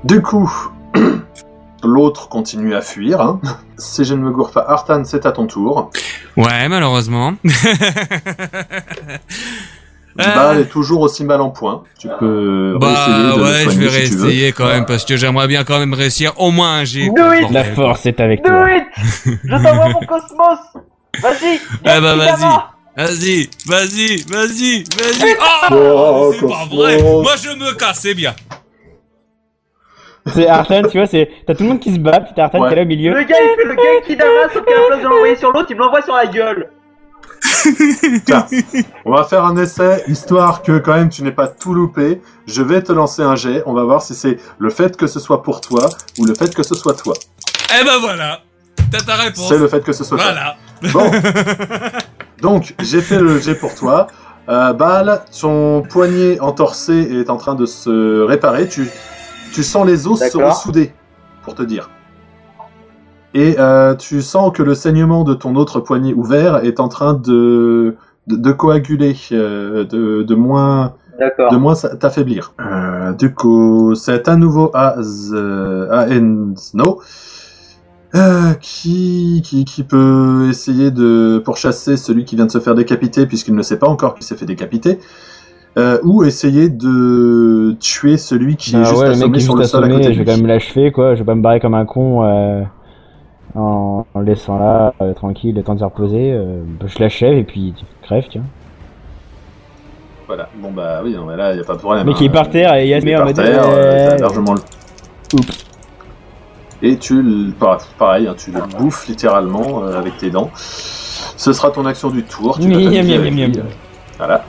[SPEAKER 3] Du coup, l'autre continue à fuir. hein. Si je ne me gourre pas, Artan, c'est à ton tour.
[SPEAKER 1] Ouais, malheureusement.
[SPEAKER 3] Ah, Bah, elle est toujours aussi mal en point. Tu peux réessayer
[SPEAKER 1] Euh. Bah
[SPEAKER 3] de le
[SPEAKER 1] ouais, je
[SPEAKER 3] soigner
[SPEAKER 1] vais
[SPEAKER 3] si tu veux. Ah.
[SPEAKER 1] réessayer quand même parce que j'aimerais bien quand même réussir au moins un G.
[SPEAKER 4] Oui,
[SPEAKER 6] La force est avec
[SPEAKER 4] Do
[SPEAKER 6] toi.
[SPEAKER 4] it Je t'envoie mon cosmos Vas-y
[SPEAKER 1] Ah bah, vas-y.
[SPEAKER 4] Gakigama
[SPEAKER 1] Vas-y, vas-y, vas-y, vas-y. Ah,
[SPEAKER 3] Oh,
[SPEAKER 1] c'est pas
[SPEAKER 3] Cosmos.
[SPEAKER 1] vrai. Moi je me casse, c'est bien.
[SPEAKER 6] C'est Artan, tu vois, c'est... T'as tout le monde qui se bat, puis t'as Artan
[SPEAKER 3] Ouais.
[SPEAKER 6] qui est là au milieu.
[SPEAKER 4] Le gars il fait le gars qui d'avance sauf qu'à la place de l'envoyer sur l'autre, il me l'envoie sur la gueule
[SPEAKER 3] Bah, On va faire un essai, histoire que quand même tu n'aies pas tout loupé. Je vais te lancer un jet. On va voir si c'est le fait que ce soit pour toi ou le fait que ce soit toi.
[SPEAKER 1] Eh ben voilà. T'as ta réponse.
[SPEAKER 3] C'est le fait que ce soit
[SPEAKER 1] Voilà.
[SPEAKER 3] toi. Bon. Donc, j'ai fait le jet pour toi. Euh, Baal, son poignet entorsé est en train de se réparer. Tu, tu sens les os se
[SPEAKER 4] D'accord.
[SPEAKER 3] ressouder, pour te dire. Et euh, tu sens que le saignement de ton autre poignet ouvert est en train de, de, de coaguler, euh, de, de moins
[SPEAKER 4] D'accord.
[SPEAKER 3] de moins ça- t'affaiblir. Euh, du coup, c'est à nouveau à, Z- à N- Snow euh, qui, qui, qui peut essayer de pourchasser celui qui vient de se faire décapiter puisqu'il ne sait pas encore qu'il s'est fait décapiter. euh, ou essayer de tuer celui qui est
[SPEAKER 6] Ah
[SPEAKER 3] juste
[SPEAKER 6] ouais, le mec
[SPEAKER 3] assommé
[SPEAKER 6] est
[SPEAKER 3] sur
[SPEAKER 6] juste
[SPEAKER 3] le sol à
[SPEAKER 6] assommé,
[SPEAKER 3] côté de
[SPEAKER 6] je vais
[SPEAKER 3] lui.
[SPEAKER 6] quand même l'achever, quoi. Je vais pas me barrer comme un con euh, en, en le laissant là, euh, tranquille, le temps de se reposer. euh, je l'achève et puis crève, tiens.
[SPEAKER 3] Voilà. Bon bah oui, non, mais là il n'y a pas de problème.
[SPEAKER 6] Mais qui est
[SPEAKER 3] hein.
[SPEAKER 6] par terre et
[SPEAKER 3] Il est
[SPEAKER 6] Yasmir
[SPEAKER 3] par
[SPEAKER 6] en mode.
[SPEAKER 3] terre, euh, t'as
[SPEAKER 6] ouais.
[SPEAKER 3] largement le.
[SPEAKER 6] Oups.
[SPEAKER 3] Et tu le. par- Pareil, hein, tu le bouffes littéralement euh, avec tes dents. Ce sera ton action du tour. Tu vas
[SPEAKER 6] Miam,
[SPEAKER 3] t'amuser
[SPEAKER 6] miam,
[SPEAKER 3] avec
[SPEAKER 6] miam,
[SPEAKER 3] lui.
[SPEAKER 6] miam.
[SPEAKER 3] Voilà.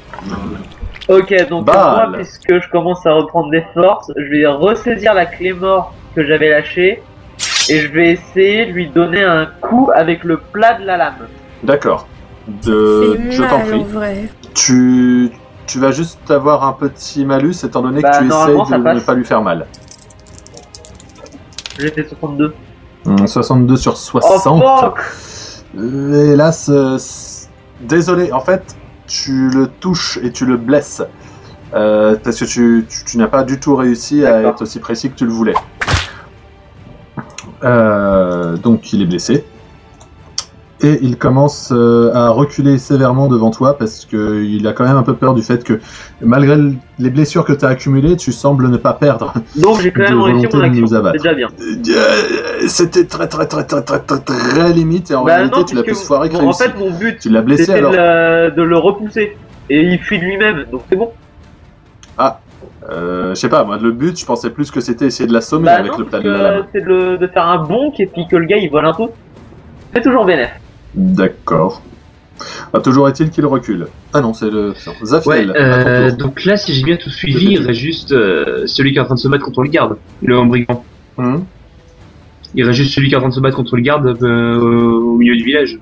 [SPEAKER 4] Ok, donc
[SPEAKER 3] Bah,
[SPEAKER 4] moi,
[SPEAKER 3] là.
[SPEAKER 4] puisque je commence à reprendre des forces, je vais ressaisir la clé mort que j'avais lâchée et je vais essayer de lui donner un coup avec le plat de la lame.
[SPEAKER 3] D'accord. De...
[SPEAKER 5] C'est
[SPEAKER 3] Euh, Je t'en
[SPEAKER 5] mal, en
[SPEAKER 3] prie.
[SPEAKER 5] vrai.
[SPEAKER 3] Tu. Tu vas juste avoir un petit malus étant donné
[SPEAKER 4] Bah,
[SPEAKER 3] que tu
[SPEAKER 4] normalement, ça
[SPEAKER 3] essayes de
[SPEAKER 4] passe.
[SPEAKER 3] ne pas lui faire mal.
[SPEAKER 4] J'ai fait 62.
[SPEAKER 3] Hum, 62 sur
[SPEAKER 4] Oh
[SPEAKER 3] 60.
[SPEAKER 4] fuck
[SPEAKER 3] Euh, Hélas, euh, c- désolé, en fait, tu le touches et tu le blesses. Euh, parce que tu, tu- tu n'as pas du tout réussi à
[SPEAKER 4] D'accord.
[SPEAKER 3] être aussi précis que tu le voulais. Euh, donc il est blessé. Et il commence euh, à reculer sévèrement devant toi parce que il a quand même un peu peur du fait que, malgré l- les blessures que tu as accumulées, tu sembles ne pas perdre.
[SPEAKER 4] Donc j'ai quand
[SPEAKER 3] De
[SPEAKER 4] même réussi
[SPEAKER 3] volonté
[SPEAKER 4] mon
[SPEAKER 3] de
[SPEAKER 4] action.
[SPEAKER 3] nous abattre.
[SPEAKER 4] C'est déjà bien.
[SPEAKER 3] Euh, C'était très très très très très très très limite et en
[SPEAKER 4] Bah
[SPEAKER 3] réalité
[SPEAKER 4] non,
[SPEAKER 3] tu l'as
[SPEAKER 4] puisque
[SPEAKER 3] plus foiré que
[SPEAKER 4] mon- En
[SPEAKER 3] réussi.
[SPEAKER 4] fait, mon but,
[SPEAKER 3] Tu l'as blessé
[SPEAKER 4] c'était de,
[SPEAKER 3] alors.
[SPEAKER 4] la- de le repousser. Et il fuit de lui-même, donc c'est bon.
[SPEAKER 3] Euh, je sais pas, moi le but je pensais plus que c'était essayer de l'assommer
[SPEAKER 4] Bah
[SPEAKER 3] avec
[SPEAKER 4] non,
[SPEAKER 3] le plat
[SPEAKER 4] parce
[SPEAKER 3] de la lame.
[SPEAKER 4] que c'est de, le- de faire un bonk et puis que le gars il vole un peu. C'est toujours vénère.
[SPEAKER 3] D'accord. Ah, toujours est-il qu'il recule. Ah non, c'est le. non,
[SPEAKER 7] Ouais,
[SPEAKER 3] Zafiel. à ton
[SPEAKER 7] euh,
[SPEAKER 3] tour.
[SPEAKER 7] donc là, si j'ai bien tout suivi, il reste juste euh, celui qui est en train de se battre contre le garde, le brigand.
[SPEAKER 3] Hum.
[SPEAKER 7] Il reste juste celui qui est en train de se battre contre le garde euh, au milieu du village.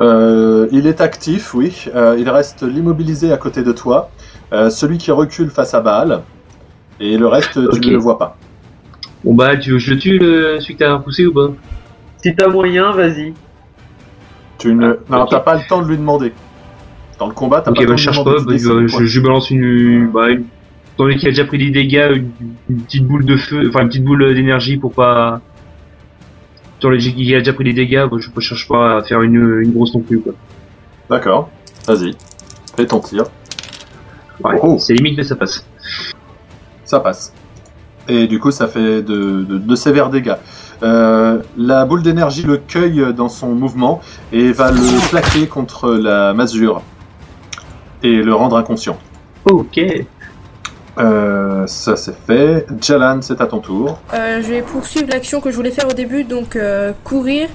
[SPEAKER 3] Euh, il est actif, oui. Euh, il reste l'immobilisé à côté de toi. Euh, celui qui recule face à Baal. Et le reste, tu
[SPEAKER 7] Ok.
[SPEAKER 3] ne le vois pas.
[SPEAKER 7] Bon bah, tu veux que je le tue, le, celui que t'as repoussé ou pas
[SPEAKER 4] Si t'as moyen, vas-y.
[SPEAKER 3] Tu ne. non,
[SPEAKER 7] Ah, ok.
[SPEAKER 3] t'as pas le temps de lui demander. Dans le combat, t'as
[SPEAKER 7] Ok,
[SPEAKER 3] pas le
[SPEAKER 7] bah,
[SPEAKER 3] temps
[SPEAKER 7] je
[SPEAKER 3] de lui
[SPEAKER 7] cherche
[SPEAKER 3] demander.
[SPEAKER 7] pas,
[SPEAKER 3] tu
[SPEAKER 7] bah,
[SPEAKER 3] décides,
[SPEAKER 7] bah,
[SPEAKER 3] quoi.
[SPEAKER 7] je, je balance une. Bah, une étant donné qu'il a déjà pris des dégâts, une, une petite boule de feu, enfin une petite boule d'énergie pour pas. Étant donné qu'il a déjà pris des dégâts, bah, je je cherche pas à faire une, une grosse non plus, quoi.
[SPEAKER 3] D'accord. Vas-y. Fais ton tir.
[SPEAKER 7] Ouais,
[SPEAKER 3] Oh.
[SPEAKER 7] C'est limite, mais ça passe.
[SPEAKER 3] Ça passe. Et du coup, ça fait de, de- de sévères dégâts. Euh, la boule d'énergie le cueille dans son mouvement et va le plaquer contre la masure et le rendre inconscient.
[SPEAKER 7] Ok.
[SPEAKER 3] Euh, ça c'est fait. Jalan, c'est à ton tour.
[SPEAKER 5] Euh, je vais poursuivre l'action que je voulais faire au début, donc euh, courir,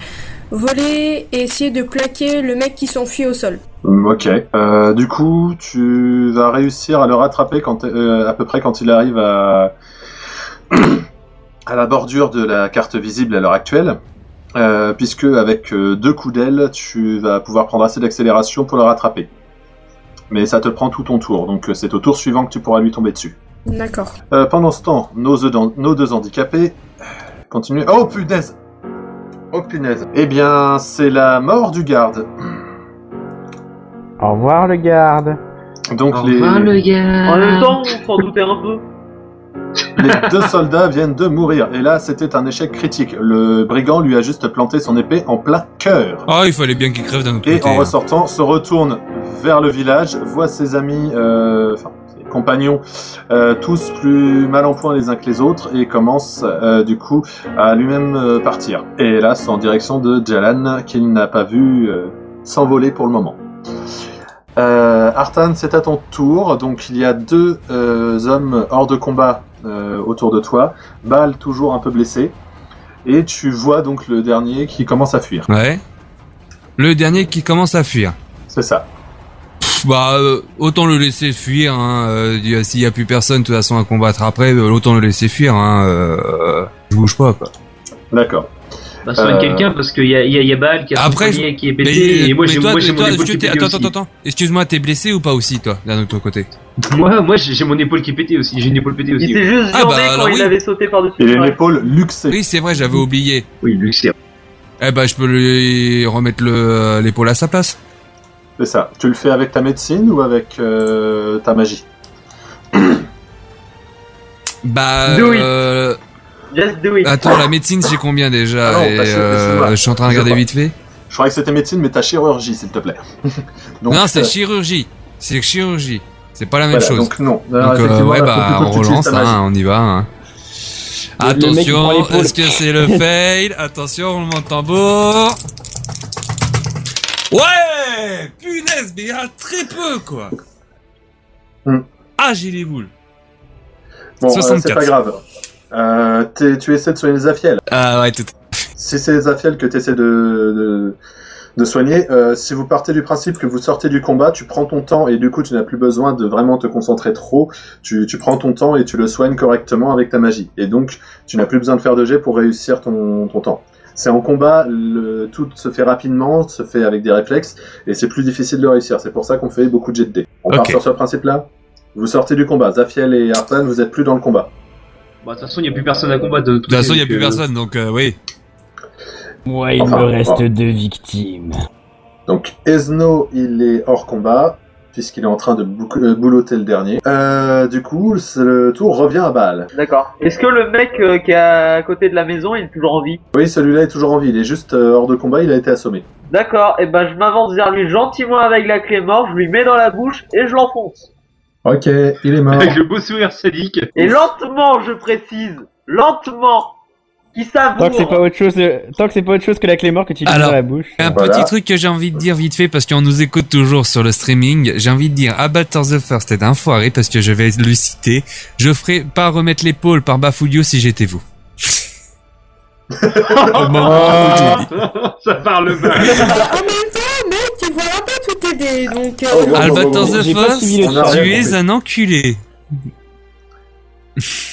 [SPEAKER 5] voler et essayer de plaquer le mec qui s'enfuit au sol.
[SPEAKER 3] Hum, Ok. Euh, du coup, tu vas réussir à le rattraper quand, euh, à peu près quand il arrive à, à la bordure de la carte visible à l'heure actuelle, euh, puisque avec euh, deux coups d'aile, tu vas pouvoir prendre assez d'accélération pour le rattraper. Mais ça te prend tout ton tour, donc euh, c'est au tour suivant que tu pourras lui tomber dessus.
[SPEAKER 5] D'accord.
[SPEAKER 3] Euh, pendant ce temps, nos, deux dan- nos deux handicapés euh, continuent. Oh punaise Oh punaise Eh bien, c'est la mort du garde.
[SPEAKER 6] Au revoir le garde.
[SPEAKER 3] Donc les...
[SPEAKER 7] gars
[SPEAKER 4] En même temps, on s'en doutait un peu.
[SPEAKER 3] Les deux soldats viennent de mourir, et là c'était un échec critique. Le brigand lui a juste planté son épée en plein cœur.
[SPEAKER 1] Ah, il fallait bien qu'il crève d'un autre
[SPEAKER 3] Et
[SPEAKER 1] côté.
[SPEAKER 3] en
[SPEAKER 1] hein.
[SPEAKER 3] ressortant, se retourne vers le village, voit ses amis, euh, enfin ses compagnons, euh, tous plus mal en point les uns que les autres, et commence euh, du coup à lui-même euh, partir. Et hélas, en direction de Jalan, qu'il n'a pas vu euh, s'envoler pour le moment. Euh, Artan, c'est à ton tour. Donc il y a deux euh, hommes hors de combat euh, autour de toi. Baal toujours un peu blessé. Et tu vois donc le dernier qui commence à fuir.
[SPEAKER 1] Ouais. Le dernier qui commence à fuir.
[SPEAKER 3] C'est ça.
[SPEAKER 1] Pff, bah, euh, autant le laisser fuir. Hein. euh, y a- S'il y a plus personne, de toute façon, à combattre après, euh, autant le laisser fuir. Hein. euh, je bouge pas, quoi.
[SPEAKER 3] D'accord.
[SPEAKER 7] Bah, soigne
[SPEAKER 3] Euh,
[SPEAKER 7] quelqu'un parce qu'il y a, y, a, y a Baal qui a son
[SPEAKER 1] Après,
[SPEAKER 7] poignet qui est
[SPEAKER 1] Mais, euh,
[SPEAKER 7] pété et moi
[SPEAKER 1] mais
[SPEAKER 7] j'ai
[SPEAKER 1] toi,
[SPEAKER 7] moi, j'ai
[SPEAKER 1] mais
[SPEAKER 7] mon
[SPEAKER 1] toi, est-ce
[SPEAKER 7] épaule
[SPEAKER 1] que
[SPEAKER 7] qui est
[SPEAKER 1] t'es-
[SPEAKER 7] pété
[SPEAKER 1] attends,
[SPEAKER 7] aussi.
[SPEAKER 1] attends, attends. Excuse-moi, t'es blessé ou pas aussi, toi, d'un autre côté
[SPEAKER 7] Moi, moi j'ai j'ai mon épaule qui est pétée aussi, j'ai une épaule pétée
[SPEAKER 4] Il
[SPEAKER 7] aussi.
[SPEAKER 4] s'est juste
[SPEAKER 1] Ah,
[SPEAKER 4] viandé
[SPEAKER 1] bah, alors
[SPEAKER 4] quand il
[SPEAKER 1] oui.
[SPEAKER 4] avait sauté par-dessus.
[SPEAKER 3] Il a
[SPEAKER 4] le
[SPEAKER 3] une
[SPEAKER 4] mur.
[SPEAKER 3] épaule luxée.
[SPEAKER 1] Oui, c'est vrai, j'avais oublié.
[SPEAKER 7] Oui, lui c'est
[SPEAKER 1] Eh ben, je peux lui remettre le- euh, l'épaule à sa place.
[SPEAKER 3] C'est ça. Tu le fais avec ta médecine ou avec euh, ta magie
[SPEAKER 1] Bah,
[SPEAKER 4] Do it.
[SPEAKER 1] euh,
[SPEAKER 4] Just do it.
[SPEAKER 1] attends, la médecine, c'est combien déjà
[SPEAKER 3] Ah non,
[SPEAKER 1] Et, euh,
[SPEAKER 3] parce que- excuse-moi,
[SPEAKER 1] Je suis en train de
[SPEAKER 3] je
[SPEAKER 1] regarder
[SPEAKER 3] sais
[SPEAKER 1] vite fait.
[SPEAKER 3] Je croyais que c'était médecine, mais ta chirurgie, s'il te plaît. Donc,
[SPEAKER 1] non, c'est
[SPEAKER 3] euh,
[SPEAKER 1] chirurgie. C'est chirurgie. C'est pas la même
[SPEAKER 3] voilà,
[SPEAKER 1] chose.
[SPEAKER 3] Donc non. Alors,
[SPEAKER 1] Donc, euh,
[SPEAKER 3] effectivement,
[SPEAKER 1] ouais,
[SPEAKER 3] là,
[SPEAKER 1] bah,
[SPEAKER 3] faut
[SPEAKER 1] on
[SPEAKER 3] plutôt que tu utilises
[SPEAKER 1] relance,
[SPEAKER 3] ta magie.
[SPEAKER 1] hein, on y va. hein.
[SPEAKER 6] Le- le mec, il prend
[SPEAKER 1] Attention,
[SPEAKER 6] l'épaule.
[SPEAKER 1] est-ce que c'est le fail Attention, on monte tambour. Ouais Punaise, mais il y a très peu, quoi.
[SPEAKER 3] Hmm.
[SPEAKER 1] Ah, j'ai les boules.
[SPEAKER 3] Bon, euh,
[SPEAKER 1] 64.
[SPEAKER 3] c'est pas grave. Euh, t'es- tu essaies de soigner Zafiel.
[SPEAKER 1] Ah ouais, tout
[SPEAKER 3] Si c'est Zafiel que tu essaies de, de, de soigner, euh, si vous partez du principe que vous sortez du combat, tu prends ton temps et du coup tu n'as plus besoin de vraiment te concentrer trop. Tu, tu prends ton temps et tu le soignes correctement avec ta magie. Et donc tu n'as plus besoin de faire de jet pour réussir ton, ton temps. C'est en combat, le, tout se fait rapidement, se fait avec des réflexes et c'est plus difficile de le réussir. C'est pour ça qu'on fait beaucoup de jet de dés. On part
[SPEAKER 1] Ok.
[SPEAKER 3] sur ce principe-là Vous sortez du combat. Zafiel et Artan, vous êtes plus dans le combat.
[SPEAKER 7] Bah, de toute façon, il n'y a plus personne à combattre. De
[SPEAKER 1] De toute façon, il n'y a
[SPEAKER 7] donc,
[SPEAKER 1] plus
[SPEAKER 7] euh,
[SPEAKER 1] personne, donc euh, oui.
[SPEAKER 6] Moi, il
[SPEAKER 3] Enfin,
[SPEAKER 6] me reste
[SPEAKER 3] enfin.
[SPEAKER 6] deux victimes.
[SPEAKER 3] Donc Esno, il est hors combat. puisqu'il est en train de bouc- euh, boulotter le dernier. Euh, du coup, c'est- le tour revient à balle.
[SPEAKER 4] D'accord. Est-ce que le mec euh, qui est à côté de la maison, il est toujours en vie
[SPEAKER 3] Oui, celui-là est toujours en vie, il est juste euh, hors de combat, il a été assommé.
[SPEAKER 4] D'accord, et ben je m'avance vers lui gentiment avec la clé morte, je lui mets dans la bouche et je l'enfonce.
[SPEAKER 3] Ok, il est mort.
[SPEAKER 7] Avec le beau sourire sadique.
[SPEAKER 4] Et lentement, je précise, lentement, qui
[SPEAKER 6] Tant que c'est pas
[SPEAKER 4] savoure.
[SPEAKER 6] autre chose, de- tant que c'est pas autre chose que la clé morte que tu lui mets
[SPEAKER 1] Alors.
[SPEAKER 6] dans la bouche.
[SPEAKER 1] Un
[SPEAKER 3] Voilà.
[SPEAKER 1] petit truc que j'ai envie de dire vite fait parce qu'on nous écoute toujours sur le streaming, j'ai envie de dire Abator the First est un foiré parce que je vais le citer. Je ferai pas remettre l'épaule par Bafoulio si j'étais vous.
[SPEAKER 3] Oh,
[SPEAKER 1] Au moment où j'ai dit.
[SPEAKER 7] Ça parle mal.
[SPEAKER 5] Ah, En même temps, mec, tu vois pas tout aider, donc... euh,
[SPEAKER 3] Oh, ouais.
[SPEAKER 1] Albator the
[SPEAKER 6] J'ai pas
[SPEAKER 1] First,
[SPEAKER 6] suivi le
[SPEAKER 3] truc.
[SPEAKER 1] tu es un enculé.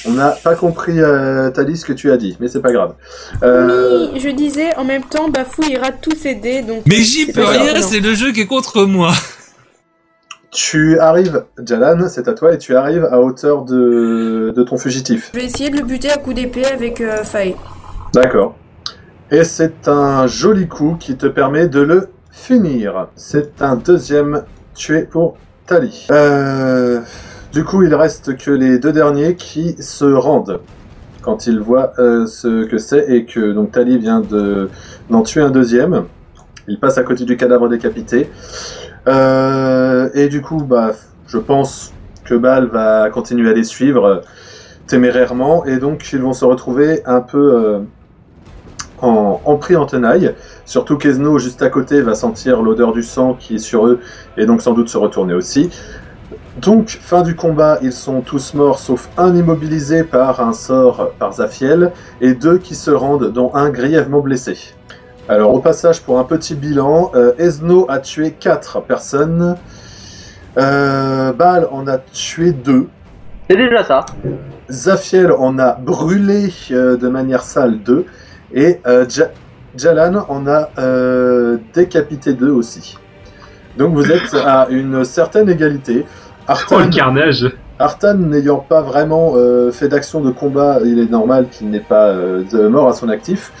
[SPEAKER 3] On n'a pas compris, euh, Thalie, ce que tu as dit, mais c'est pas grave. Euh,
[SPEAKER 5] Oui, je disais, en même temps, Bafou ira tous aider, donc...
[SPEAKER 1] Mais j'y
[SPEAKER 5] c'est
[SPEAKER 1] peux
[SPEAKER 5] pas
[SPEAKER 1] rien,
[SPEAKER 5] grave.
[SPEAKER 1] c'est le jeu qui est contre moi.
[SPEAKER 3] tu arrives, Jalan, c'est à toi, et tu arrives à hauteur de, de ton fugitif.
[SPEAKER 5] Je vais essayer de le buter à coups d'épée avec euh, Faye.
[SPEAKER 3] D'accord. Et c'est un joli coup qui te permet de le finir. C'est un deuxième tué pour Tali. Euh, du coup, il reste que les deux derniers qui se rendent quand ils voient euh, ce que c'est et que donc Tali vient de d'en tuer un deuxième. Il passe à côté du cadavre décapité. Euh, et du coup, bah, je pense que Bal va continuer à les suivre euh, témérairement et donc ils vont se retrouver un peu euh, en, en pris en tenaille. Surtout qu'Ezno, juste à côté, va sentir l'odeur du sang qui est sur eux et donc sans doute se retourner aussi. Donc, fin du combat, ils sont tous morts sauf un immobilisé par un sort par Zafiel et deux qui se rendent, dont un grièvement blessé. Alors, au passage, pour un petit bilan, euh, Ezno a tué 4 personnes, euh, Baal en a tué 2,
[SPEAKER 4] C'est déjà ça.
[SPEAKER 3] Zafiel en a brûlé euh, de manière sale deux et euh, Ja- Jalan en a euh, décapité deux aussi. Donc vous êtes à une certaine égalité.
[SPEAKER 7] Oh,
[SPEAKER 3] Artan,
[SPEAKER 7] le carnage.
[SPEAKER 3] Artan n'ayant pas vraiment euh, fait d'action de combat, il est normal qu'il n'ait pas euh, de mort à son actif.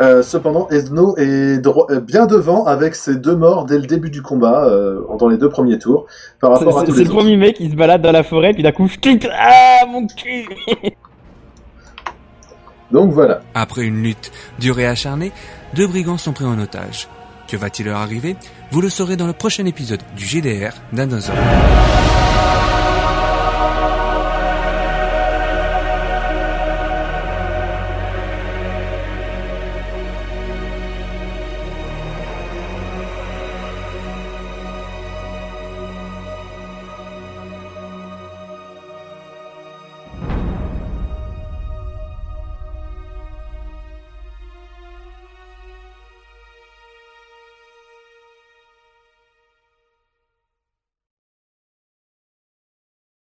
[SPEAKER 3] Euh, cependant, Ezno est dro- euh, bien devant avec ses deux morts dès le début du combat, euh, dans les deux premiers tours, par
[SPEAKER 6] C'est
[SPEAKER 3] rapport à
[SPEAKER 6] c'est-
[SPEAKER 3] tous
[SPEAKER 6] c'est
[SPEAKER 3] les
[SPEAKER 6] le
[SPEAKER 3] autres.
[SPEAKER 6] premier mec qui se balade dans la forêt, puis d'un coup, je clique, ah mon cul.
[SPEAKER 3] Donc voilà.
[SPEAKER 1] Après une lutte dure et acharnée, deux brigands sont pris en otage. Que va-t-il leur arriver Vous le saurez dans le prochain épisode du GDR d'Another.